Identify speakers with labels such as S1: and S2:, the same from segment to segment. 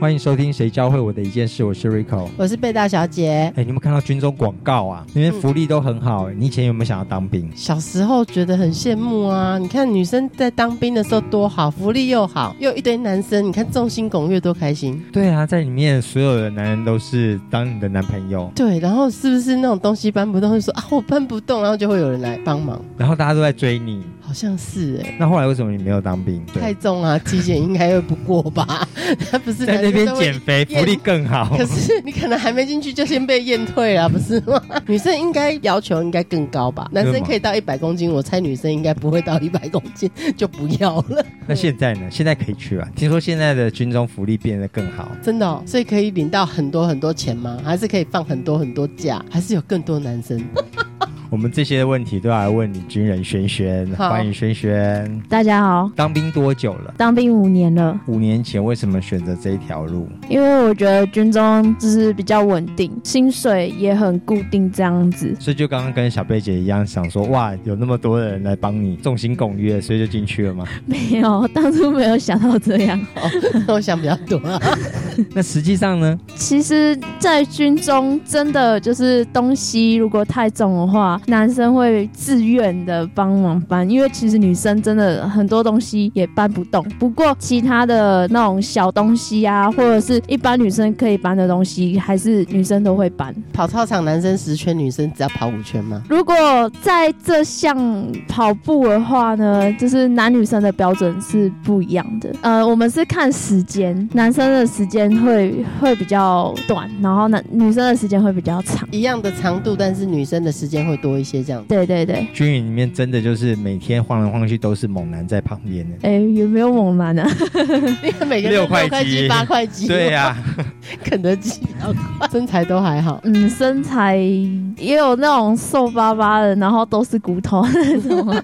S1: 欢迎收听《谁教会我的一件事》，我是 Rico。
S2: 我是贝大小姐。
S1: 哎，你有没有看到军中广告啊？里面福利都很好、哎，你以前有没有想要当兵？
S2: 小时候觉得很羡慕啊！你看女生在当兵的时候多好，福利又好，又有一堆男生，你看众星拱月多开心。
S1: 对啊，在里面所有的男人都是当你的男朋友，
S2: 对，然后是不是那种东西搬不动，就说啊我搬不动，然后就会有人来帮忙，
S1: 然后大家都在追你。
S2: 好像是哎、
S1: 那后来为什么你没有当兵？
S2: 太
S1: 对，
S2: 重啊，体检应该会不过吧？ 他不是
S1: 在那
S2: 男
S1: 边
S2: 生都会
S1: 减肥，
S2: 厌
S1: 福利更 好
S2: 可。是你可能还没进去就先被验退啊了，不是吗？女生应该要求应该更高吧？男生可以到一百公斤，我猜女生应该不会到一百公斤就不要了，
S1: 那现在呢？现在可以去啊！听说现在的军中福利变得更好。
S2: 真的、哦。所以可以领到很多很多钱吗？还是可以放很多很多假？还是有更多男生？
S1: 我们这些问题都要来问你军人轩轩，
S2: 好
S1: 欢迎轩轩。
S3: 大家好，
S1: 当兵多久了？
S3: 当兵五年了，
S1: 五年前为什么选择这一条路？
S3: 因为我觉得军中就是比较稳定，薪水也很固定这样子。
S1: 所以就刚刚跟小贝姐一样，想说哇，有那么多的人来帮你，众星拱月，所以就进去了嘛。
S3: 没有，当初没有想到这样。
S2: 哦 我想比较多、啊。
S1: 那实际上呢，
S3: 其实，在军中真的就是东西如果太重的话，男生会自愿的帮忙搬，因为其实女生真的很多东西也搬不动。不过其他的那种小东西啊，或者是一般女生可以搬的东西，还是女生都会搬。
S2: 跑操场男生十圈，女生只要跑五圈吗？
S3: 如果在这项跑步的话呢，就是男女生的标准是不一样的。呃，我们是看时间，男生的时间会会比较短，然后男女生的时间会比较长。
S2: 一样的长度，但是女生的时间会多一些，这样。
S3: 对对对，
S1: 军营里面真的就是每天晃来晃去都是猛男在旁边的。
S3: 哎、有没有猛男啊？
S2: 因为 每个人
S1: 六
S2: 六
S1: 块
S2: 块
S1: 肌
S2: 肌、八块肌，
S1: 对 啊呀、
S2: 肯德基两块，身材都还好。
S3: 嗯，身材也有那种瘦巴巴的，然后都是骨头那种啊，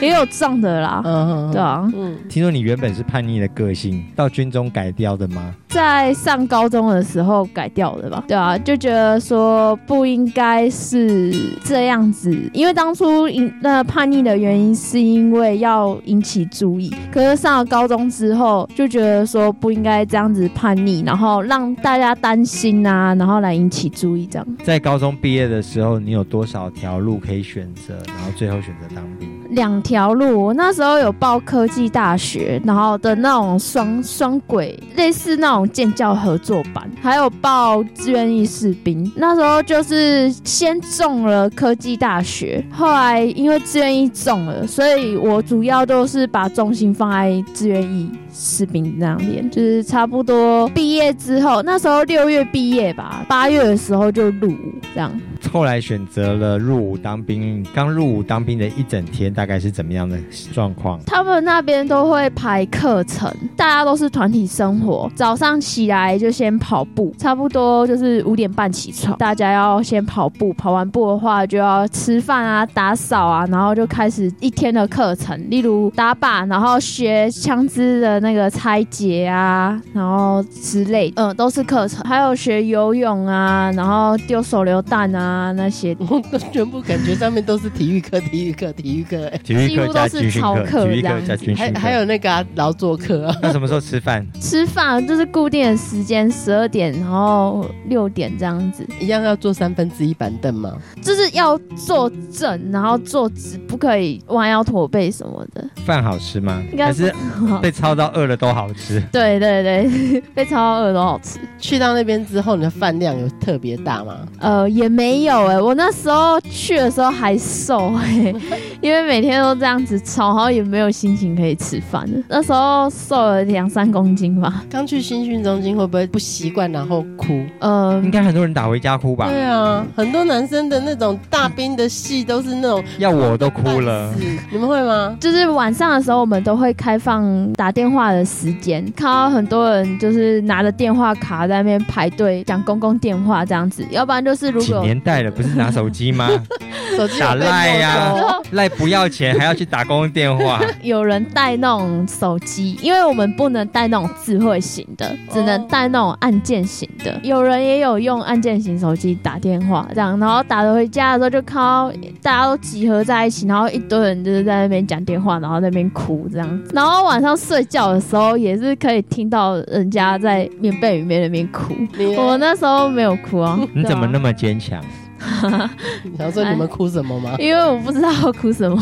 S3: 也有壮的啦。
S2: 嗯，
S3: 对啊，
S2: 嗯，
S1: 听说你原本是叛逆的个性，到军中改掉的吗？
S3: 在上高中的时候改掉的吧？对啊，就觉得说不应该是这样子，因为当初引那叛逆的原因是因为要引起注意，可是上了高中之后就觉得说不应该这样子叛逆，然后让大家担心啊，然后来引起注意这样。
S1: 在高中毕业的时候，你有多少条路可以选择，然后最后选择当兵？
S3: 两条路，我那时候有报科技大学，然后的那种双双轨，类似那种建教合作班，还有报志愿役士兵。那时候就是先中了科技大学，后来因为志愿役中了，所以我主要都是把重心放在志愿役士兵那边，就是差不多毕业之后，那时候六月毕业吧，八月的时候就入伍这样。
S1: 后来选择了入伍当兵。刚入伍当兵的一整天大概是怎么样的状况？
S3: 他们那边都会排课程，大家都是团体生活。早上起来就先跑步，差不多就是五点半起床，大家要先跑步。跑完步的话，就要吃饭啊、打扫啊，然后就开始一天的课程，例如打靶，然后学枪支的那个拆解啊，然后之类，嗯，都是课程。还有学游泳啊，然后丢手榴弹啊那些
S2: 我都全部感觉上面都是体育课，体育课，体育课，哎
S1: 体育课加军训
S3: 几乎都是操
S1: 课，
S3: 课
S1: 体育课
S3: 这样子
S1: 加军训
S2: 还
S1: 课。
S2: 还有那个啊劳作课啊，
S1: 那什么时候吃饭？
S3: 吃饭就是固定的时间，十二点，然后六点这样子，
S1: 嗯
S2: 一样要坐三分之一板凳嘛。
S3: 就是要坐正，然后坐直，不可以弯腰驼背什么的。
S1: 饭好吃吗？
S3: 应
S1: 还
S3: 该
S1: 是被操到饿了都好吃？
S3: 对对对， 被超到耳都好吃。
S2: 去到那边之后，你的饭量有特别大吗？
S3: 呃，也没有哎、我那时候去的时候还瘦哎、因为每天都这样子吵，然后也没有心情可以吃饭了。那时候瘦了两三公斤吧。
S2: 刚去新训中心会不会不习惯，然后哭？
S3: 呃
S1: 应，该很多人打回家哭吧？
S2: 对啊，很多男生的那种大兵的戏都是那种
S1: 要我都 哭了
S2: 半。死，你们会吗？
S3: 就是晚上的时候，我们都会开放打电话的时间，看到很多人就是拿着电话卡在那边排队讲公共电话这样子，要不然就是如
S1: 几
S3: 果有
S1: 年代了，不是拿手机吗？
S2: 手机有
S1: 打
S2: 被
S1: 赖呀
S2: 没收
S1: 赖不要钱，还要去打工电话，
S3: 有人带那种手机，因为我们不能带那种智慧型的，只能带那种按键型的。有人也有用按键型手机打电话，这样，然后打回家的时候就看到大家都集合在一起，然后一堆人就是在那边讲电话，然后在那边哭这样子。然后晚上睡觉的时候也是可以听到人家在棉被里面那边哭。
S2: 你
S3: 我那时候没有哭啊，
S1: 你怎么那
S3: 么？
S1: 么坚强？
S2: 想说你们哭什么吗？
S3: 因为我不知道要哭什么，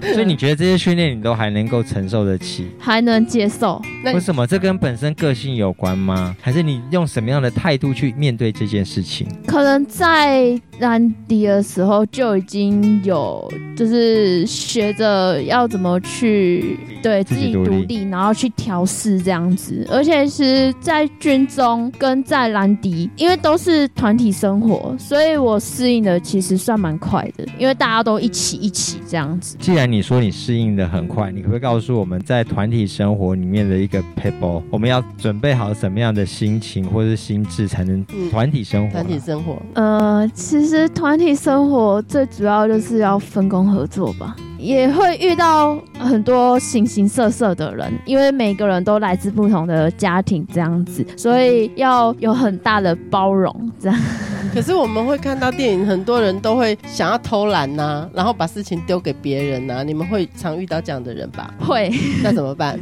S1: 所以你觉得这些训练你都还能够承受得起？
S3: 还能接受。
S2: 那
S1: 为什么？这跟本身个性有关吗？还是你用什么样的态度去面对这件事情？
S3: 可能在兰迪的时候就已经有，就是学着要怎么去对
S1: 自
S3: 自
S1: 己
S3: 己
S1: 独
S3: 独
S1: 立
S3: 立，然后去调试这样子。而且是在军中跟在兰迪，因为都是团体生活，所以我适应的其实算蛮快的，因为大家都一起一起这样子。
S1: 既然你说你适应的很快，你可不可以告诉我们在团体生活里面的一个 people，我们要准备好什么样的心情或是心智才能
S2: 嗯
S1: 团体生活
S2: 团
S1: 呢？
S2: 体生活，
S3: 呃，其实团体生活最主要就是要分工合作吧，也会遇到很多形形色色的人，因为每个人都来自不同的家庭这样子，所以要有很大的包容这样。
S2: 可是我们会看到电影，很多人都会想要偷懒呐、然后把事情丢给别人呐、你们会常遇到这样的人 吧？
S3: 会
S2: 那怎么办？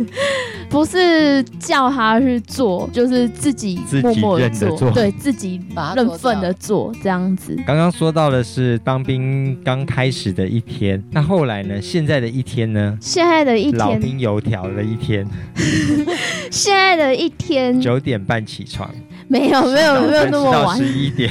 S3: 不是叫他去做，就是自己
S1: 自己
S3: 默默的
S1: 认得
S3: 做，
S1: 做
S3: 对自己
S2: 把它做
S3: 认份的
S2: 掉
S3: 做这样子。
S1: 刚刚说到的是当兵刚开始的一天，那后来呢？现在的一天呢？
S3: 现在的一
S1: 老
S3: 天，嗯
S1: 兵油条的一天，
S3: 现在的一天
S1: 九点半起床，
S3: 没有没哦有没有那么
S1: 到
S3: 晚
S1: 十，一点。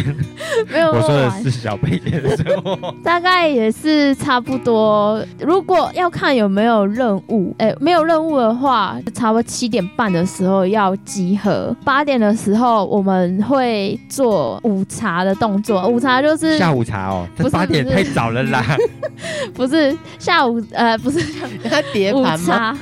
S3: 没 有那
S1: 我
S3: 么
S1: 说的
S3: 晚。。
S1: 是小贝姐的生活
S3: 大概也是差不多。如果要看有没有任务，哎、没有任务的话，就差不多七点半的时候要集合，八点的时候我们会做午茶的动作。午茶就是
S1: 下午茶哦，
S3: 不
S1: 这
S3: 是
S1: 八点
S3: 不是
S1: 太早了啦。
S3: 不是下午呃不是
S2: 他叠
S3: 午
S2: 盘吗？
S3: 茶，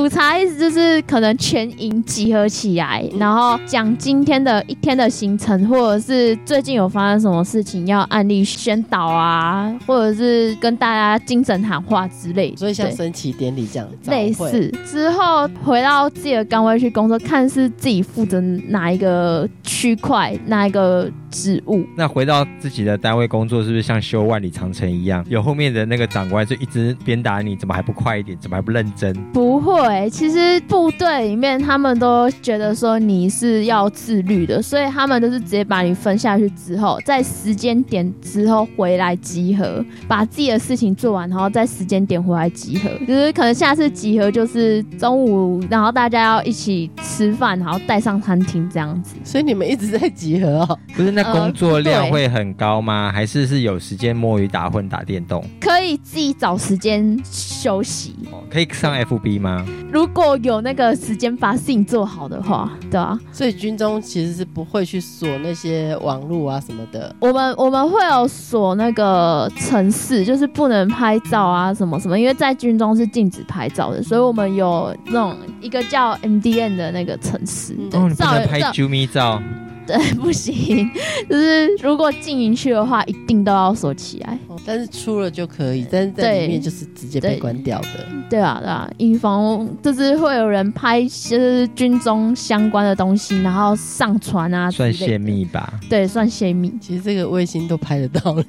S3: 午茶 意思就是可能全营集合起来，然后讲今天的一天的行程，或者是最近有发生什么事情要案例宣导啊，或者是跟大家精神喊话之类的。
S2: 所以像
S3: 对
S2: 升旗典礼这样，早
S3: 类
S2: 会
S3: 似之后回到自己的岗位去工作，看是自己负责哪一个区块、哪一个职务。
S1: 那回到自己的单位工作，是不是像修万里长城一样，有后面的那个长官就一直鞭打你，怎么还不快一点，怎么还不认真？
S3: 不会，其实部队里面他们都觉得说你是要自律的，所以他们都是直接把你分下去之后，在时间点之后回来集合，把自己的事情做完，然后在时间点回来集合。就是可能下次集合就是中午，然后大家要一起吃饭，然后带上餐厅这样子。
S2: 所以你们一直在集合哦。
S1: 不是那
S3: 呃
S1: 工作量
S3: 对
S1: 会很高吗？还是是有时间摸鱼打混打电动？
S3: 可以自己找时间休息，
S1: 可以上 FB 吗？
S3: 如果有那个时间把事情做好的话，对啊，
S2: 所以军中其实是不会去锁那些网络啊什么的。
S3: 我们我们会有锁那个城市，就是不能拍照啊什么什么，因为在军中是禁止拍照的，所以我们有那种一个叫 MDN 的那个城市，
S2: 嗯
S3: 对
S1: 哦，你不
S3: 照
S1: 能拍
S3: 照
S1: j u m i 照，
S3: 对 不行，就是如果进营区的话，一定都要锁起来。
S2: 哦但是出了就可以，但是在里面
S3: 对
S2: 就是直接被
S3: 对
S2: 关掉的。
S3: 对啊，对啊，以防就是会有人拍就是军中相关的东西，然后上传啊，
S1: 算泄，密 吧，
S3: 对，算泄密。
S2: 其实这个卫星都拍得 到了，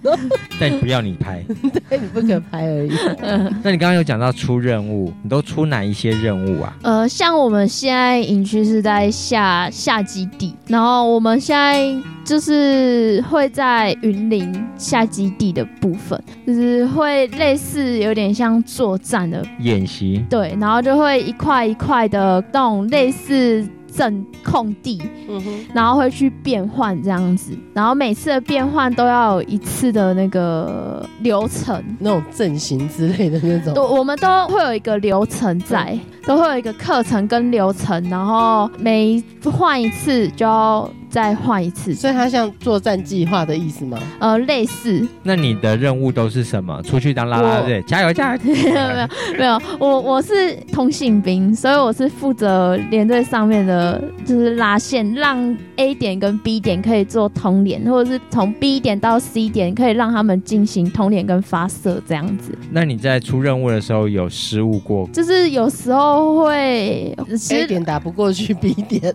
S1: 但不要你拍。
S2: 你不可拍而已。
S1: 那你刚刚有讲到出任务，你都出哪一些任务啊？
S3: 呃，像我们现在营区是在下下基地，然后我们现在就是会在云林下基地的部分，就是会类似有点像作战的，
S1: 演习，
S3: 对，然后就会一块一块的那种类似。阵空地，
S2: 嗯哼，
S3: 然后会去变换这样子，然后每次的变换都要有一次的那个流程，
S2: 那种阵型之类的那
S3: 都
S2: 种。
S3: 我们都会有一个流程在，都会有一个课程跟流程，然后每换一次就要再换一次，
S2: 所以它像作战计划的意思吗？
S3: 呃，类似
S1: 那你的任务都是什么？出去当啦啦队，加油加 油！
S3: 没有没有没有，我我是通信兵，所以我是负责连队上面的，就是拉线，让 A 点跟 B 点可以做通联，或者是从 B 点到 C 点可以让他们进行通联跟发射这样子。
S1: 那你在出任务的时候有失误过？
S3: 就是有时候会，其
S2: A
S3: 实
S2: 点打不过去 B 点，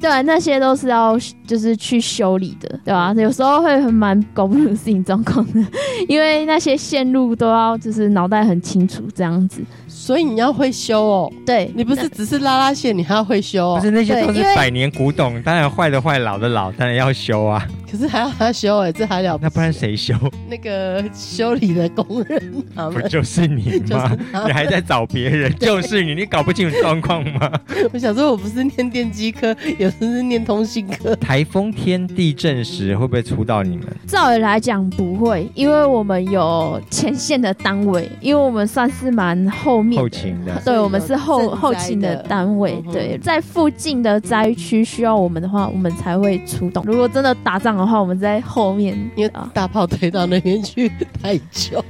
S3: 对，啊那些都是要就是去修理的，对吧、
S2: 嗯
S3: 有时候会很蛮搞不懂事情状况的， 因为那些线路都要就是脑袋很清楚这样子。
S2: 所以你要会修哦。
S3: 对，
S2: 你不是只是拉拉线，你还要会修
S1: 不
S2: 哦。
S1: 是那些都是
S3: 对因为
S1: 百年古董，当然坏的坏，老的老，当然要修啊。
S2: 可是还要他修哎、这还了
S3: 哦
S2: 不
S1: 那
S2: 起？
S1: 不然谁 修？
S2: 那个修理的工 人他
S1: 不
S2: 们，
S1: 就是 你 吗？你还在找别人？ 就是你，你搞不清楚状况吗？
S2: 我想说我不是念电机科，也不是念通信科，
S1: 台风天地震时会不会出到你们？
S3: 照理来讲不会，因为我们有前线的单位，因为我们算是蛮后面
S1: 后
S3: 的。
S1: 勤的，
S3: 对，我们是后
S2: 赈灾的
S3: 后勤的单位
S2: 嗯，哼
S3: 对，在附近的灾区需要我们的话，我们才会出动。如果真的打仗的话，我们在后面。
S2: 因为
S3: 啊，
S2: 大炮推到那边去太久。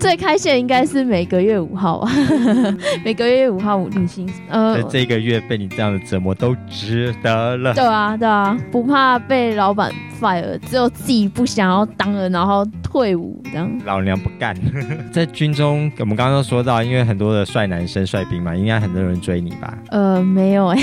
S3: 最开线应该是每个月五号吧，每个月五号旅行。呃
S1: 这，这个月被你这样的折磨都值得了。
S3: 对啊，对啊，不怕被老板 fire，只有自己不想要当了，然后退伍这样。
S1: 老娘不 干！在军中，我们刚刚说到，因为很多的帅男生、帅兵嘛，应该很多人追你吧？
S3: 呃，没有哎、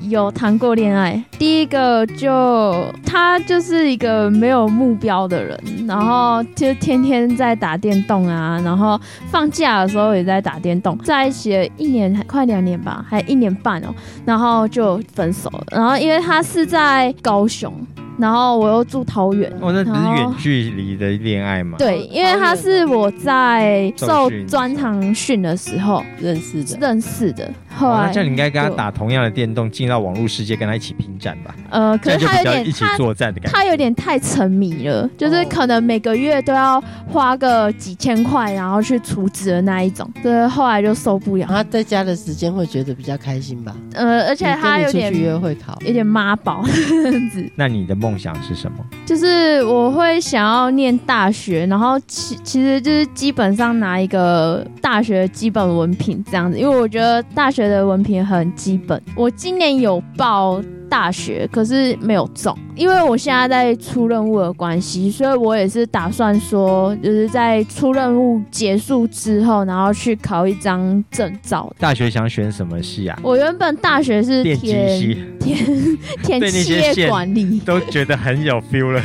S3: 有谈过恋爱。第一个就他就是一个没有目标的人，然后就天天在打电动啊，然后放假的时候也在打电动，在一起了一年快两年吧，还一年半哦，然后就分手了。然后因为他是在高雄，然后我又住桃园，
S1: 哦，那只
S3: 然
S1: 是
S3: 后
S1: 远距离的恋爱嘛？
S3: 对，因为他是我在
S1: 受
S3: 受
S1: 训
S3: 专长训的时候
S2: 认识的，
S3: 认识的，后
S1: 哇，
S3: 来
S1: 哦那这样你应该跟他
S3: 就
S1: 打同样的电动，进到网络世界跟他一起拼战吧？
S3: 呃，
S1: 这
S3: 可
S1: 样就
S3: 是他
S1: 比
S3: 有
S1: 较
S3: 点
S1: 一起
S3: 他
S1: 作战的感觉。
S3: 他有点太沉迷了，就是
S2: 哦
S3: 可能每个月都要花个几千块，然后去储值的那一种，就是后来就受不了。
S1: 啊
S2: 然后在家的时间会觉得比较开心吧？
S3: 呃，而且他有
S2: 你跟你出去
S3: 点
S2: 约会考，
S3: 有点妈宝这样子，
S1: 那你的梦想是什么？
S3: 就是我会想要念大学，然后其其实就是基本上拿一个大学基本文凭这样子，因为我觉得大学的文凭很基本。我今年有报大学，可是没有中，因为我现在在出任务的关系，所以我也是打算说，就是在出任务结束之后，然后去考一张证照。
S1: 大学想选什么系啊？
S3: 我原本大学是
S1: 电机
S3: 填
S1: 系
S3: 填
S1: 对那
S3: 企
S1: 些
S3: 业
S1: 线
S3: 管理，
S1: 都觉得很有 feel 了。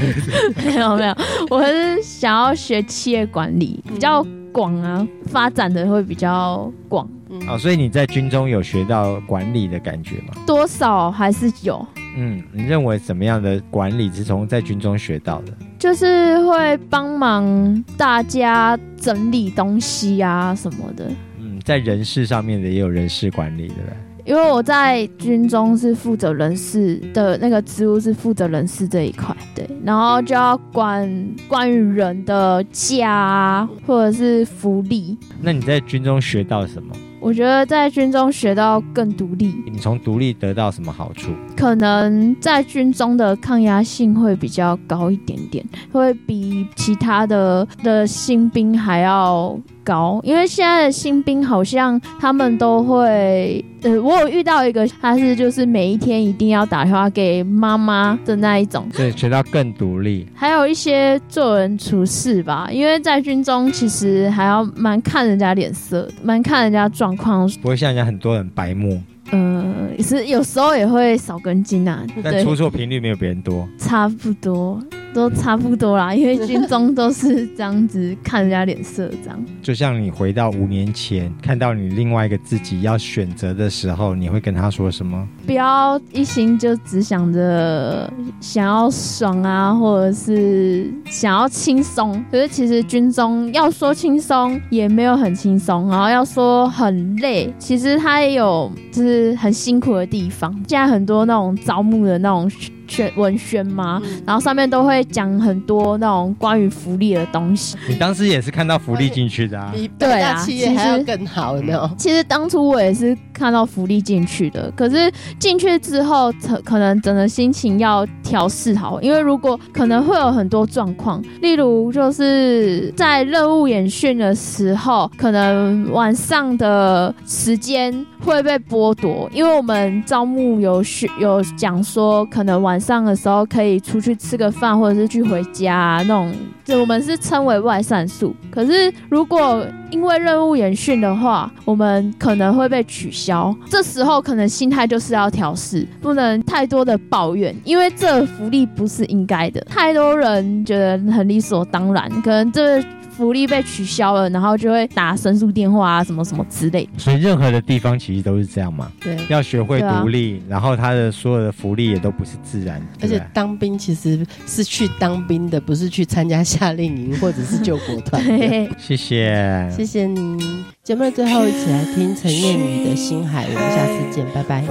S3: 没有没有，我是想要学企业管理，比较广啊，发展的会比较广，
S2: 嗯
S1: 哦，所以你在军中有学到管理的感觉吗？
S3: 多少还是有，
S1: 嗯，你认为怎么样的管理是从在军中学到的？
S3: 就是会帮忙大家整理东西啊什么的。
S1: 嗯，在人事上面的也有人事管理，对不对？
S3: 因为我在军中是负责人事的那个职务是负责人事这一块，对，然后就要管关于人的假啊或者是福利。
S1: 那你在军中学到什么？
S3: 我觉得在军中学到更独立，
S1: 你从独立得到什么好处？
S3: 可能在军中的抗压性会比较高一点点，会比其他的的新兵还要高。因为现在的新兵好像他们都会，呃，我有遇到一个，他是就是每一天一定要打电话给妈妈的那一种。
S1: 对，学到更独立。
S3: 还有一些做人处事吧，因为在军中其实还要蛮看人家脸色，蛮看人家状况，
S1: 不会像人家很多人白 目，
S3: 呃，也是有时候也会少根筋啊。
S1: 但
S3: 对。
S1: 出错频率没有别人多。
S3: 差不多，都差不多啦，因为军中都是这样子看人家脸色这样。
S1: 就像你回到五年前，看到你另外一个自己要选择的时候，你会跟他说什么？
S3: 不要一心就只想着想要爽啊，或者是想要轻松。可是其实军中要说轻松也没有很轻松，然后要说很累，其实它也有就是很辛苦的地方。现在很多那种招募的那种宣文宣嘛，然后上面都会讲很多那种关于福利的东西。
S1: 你当时也是看到福利进去的啊。
S2: 比百
S3: 对啊
S2: 大企业还
S3: 其
S2: 要
S3: 实
S2: 更好，有没有？
S3: 其实当初我也是看到福利进去的。可是进去之后，可可能整个心情要调试好，因为如果可能会有很多状况，例如就是在任务演训的时候，可能晚上的时间会被剥夺，因为我们招募有学 有讲说，可能晚上的时候可以出去吃个饭，或者是去回家、那种，这我们是称为外散宿。可是如果因为任务演训的话，我们可能会被取消。这时候可能心态就是要调试，不能太多的抱怨，因为这福利不是应该的。太多人觉得很理所当然，可能这福利被取消了，然后就会打申诉电话啊，什么什么之类。
S1: 所以任何的地方其实都是这样嘛，
S2: 对，
S1: 要学会
S3: 对啊
S1: 独立，然后他的所有的福利也都不是自然，
S2: 而
S1: 对不
S2: 且
S1: 对？
S2: 当兵其实是去当兵的，不是去参加夏令营或者是救国团 的。
S3: 嘿嘿
S1: 谢谢。
S2: 谢谢你，节目的最后一起来听陈燕宇的《星海》，我们下次见，拜拜。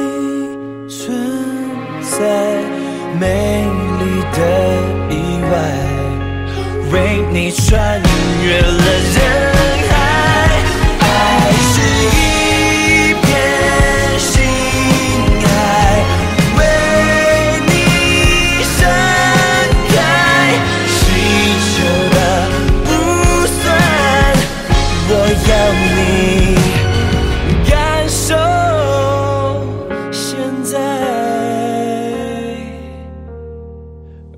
S4: 为你存在美丽的意外，为你穿越了人海。爱是一片星海，为你盛开。气球的不算，我要你。感受现在，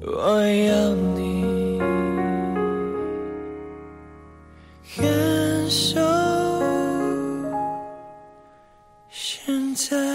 S4: 我要你感受现在。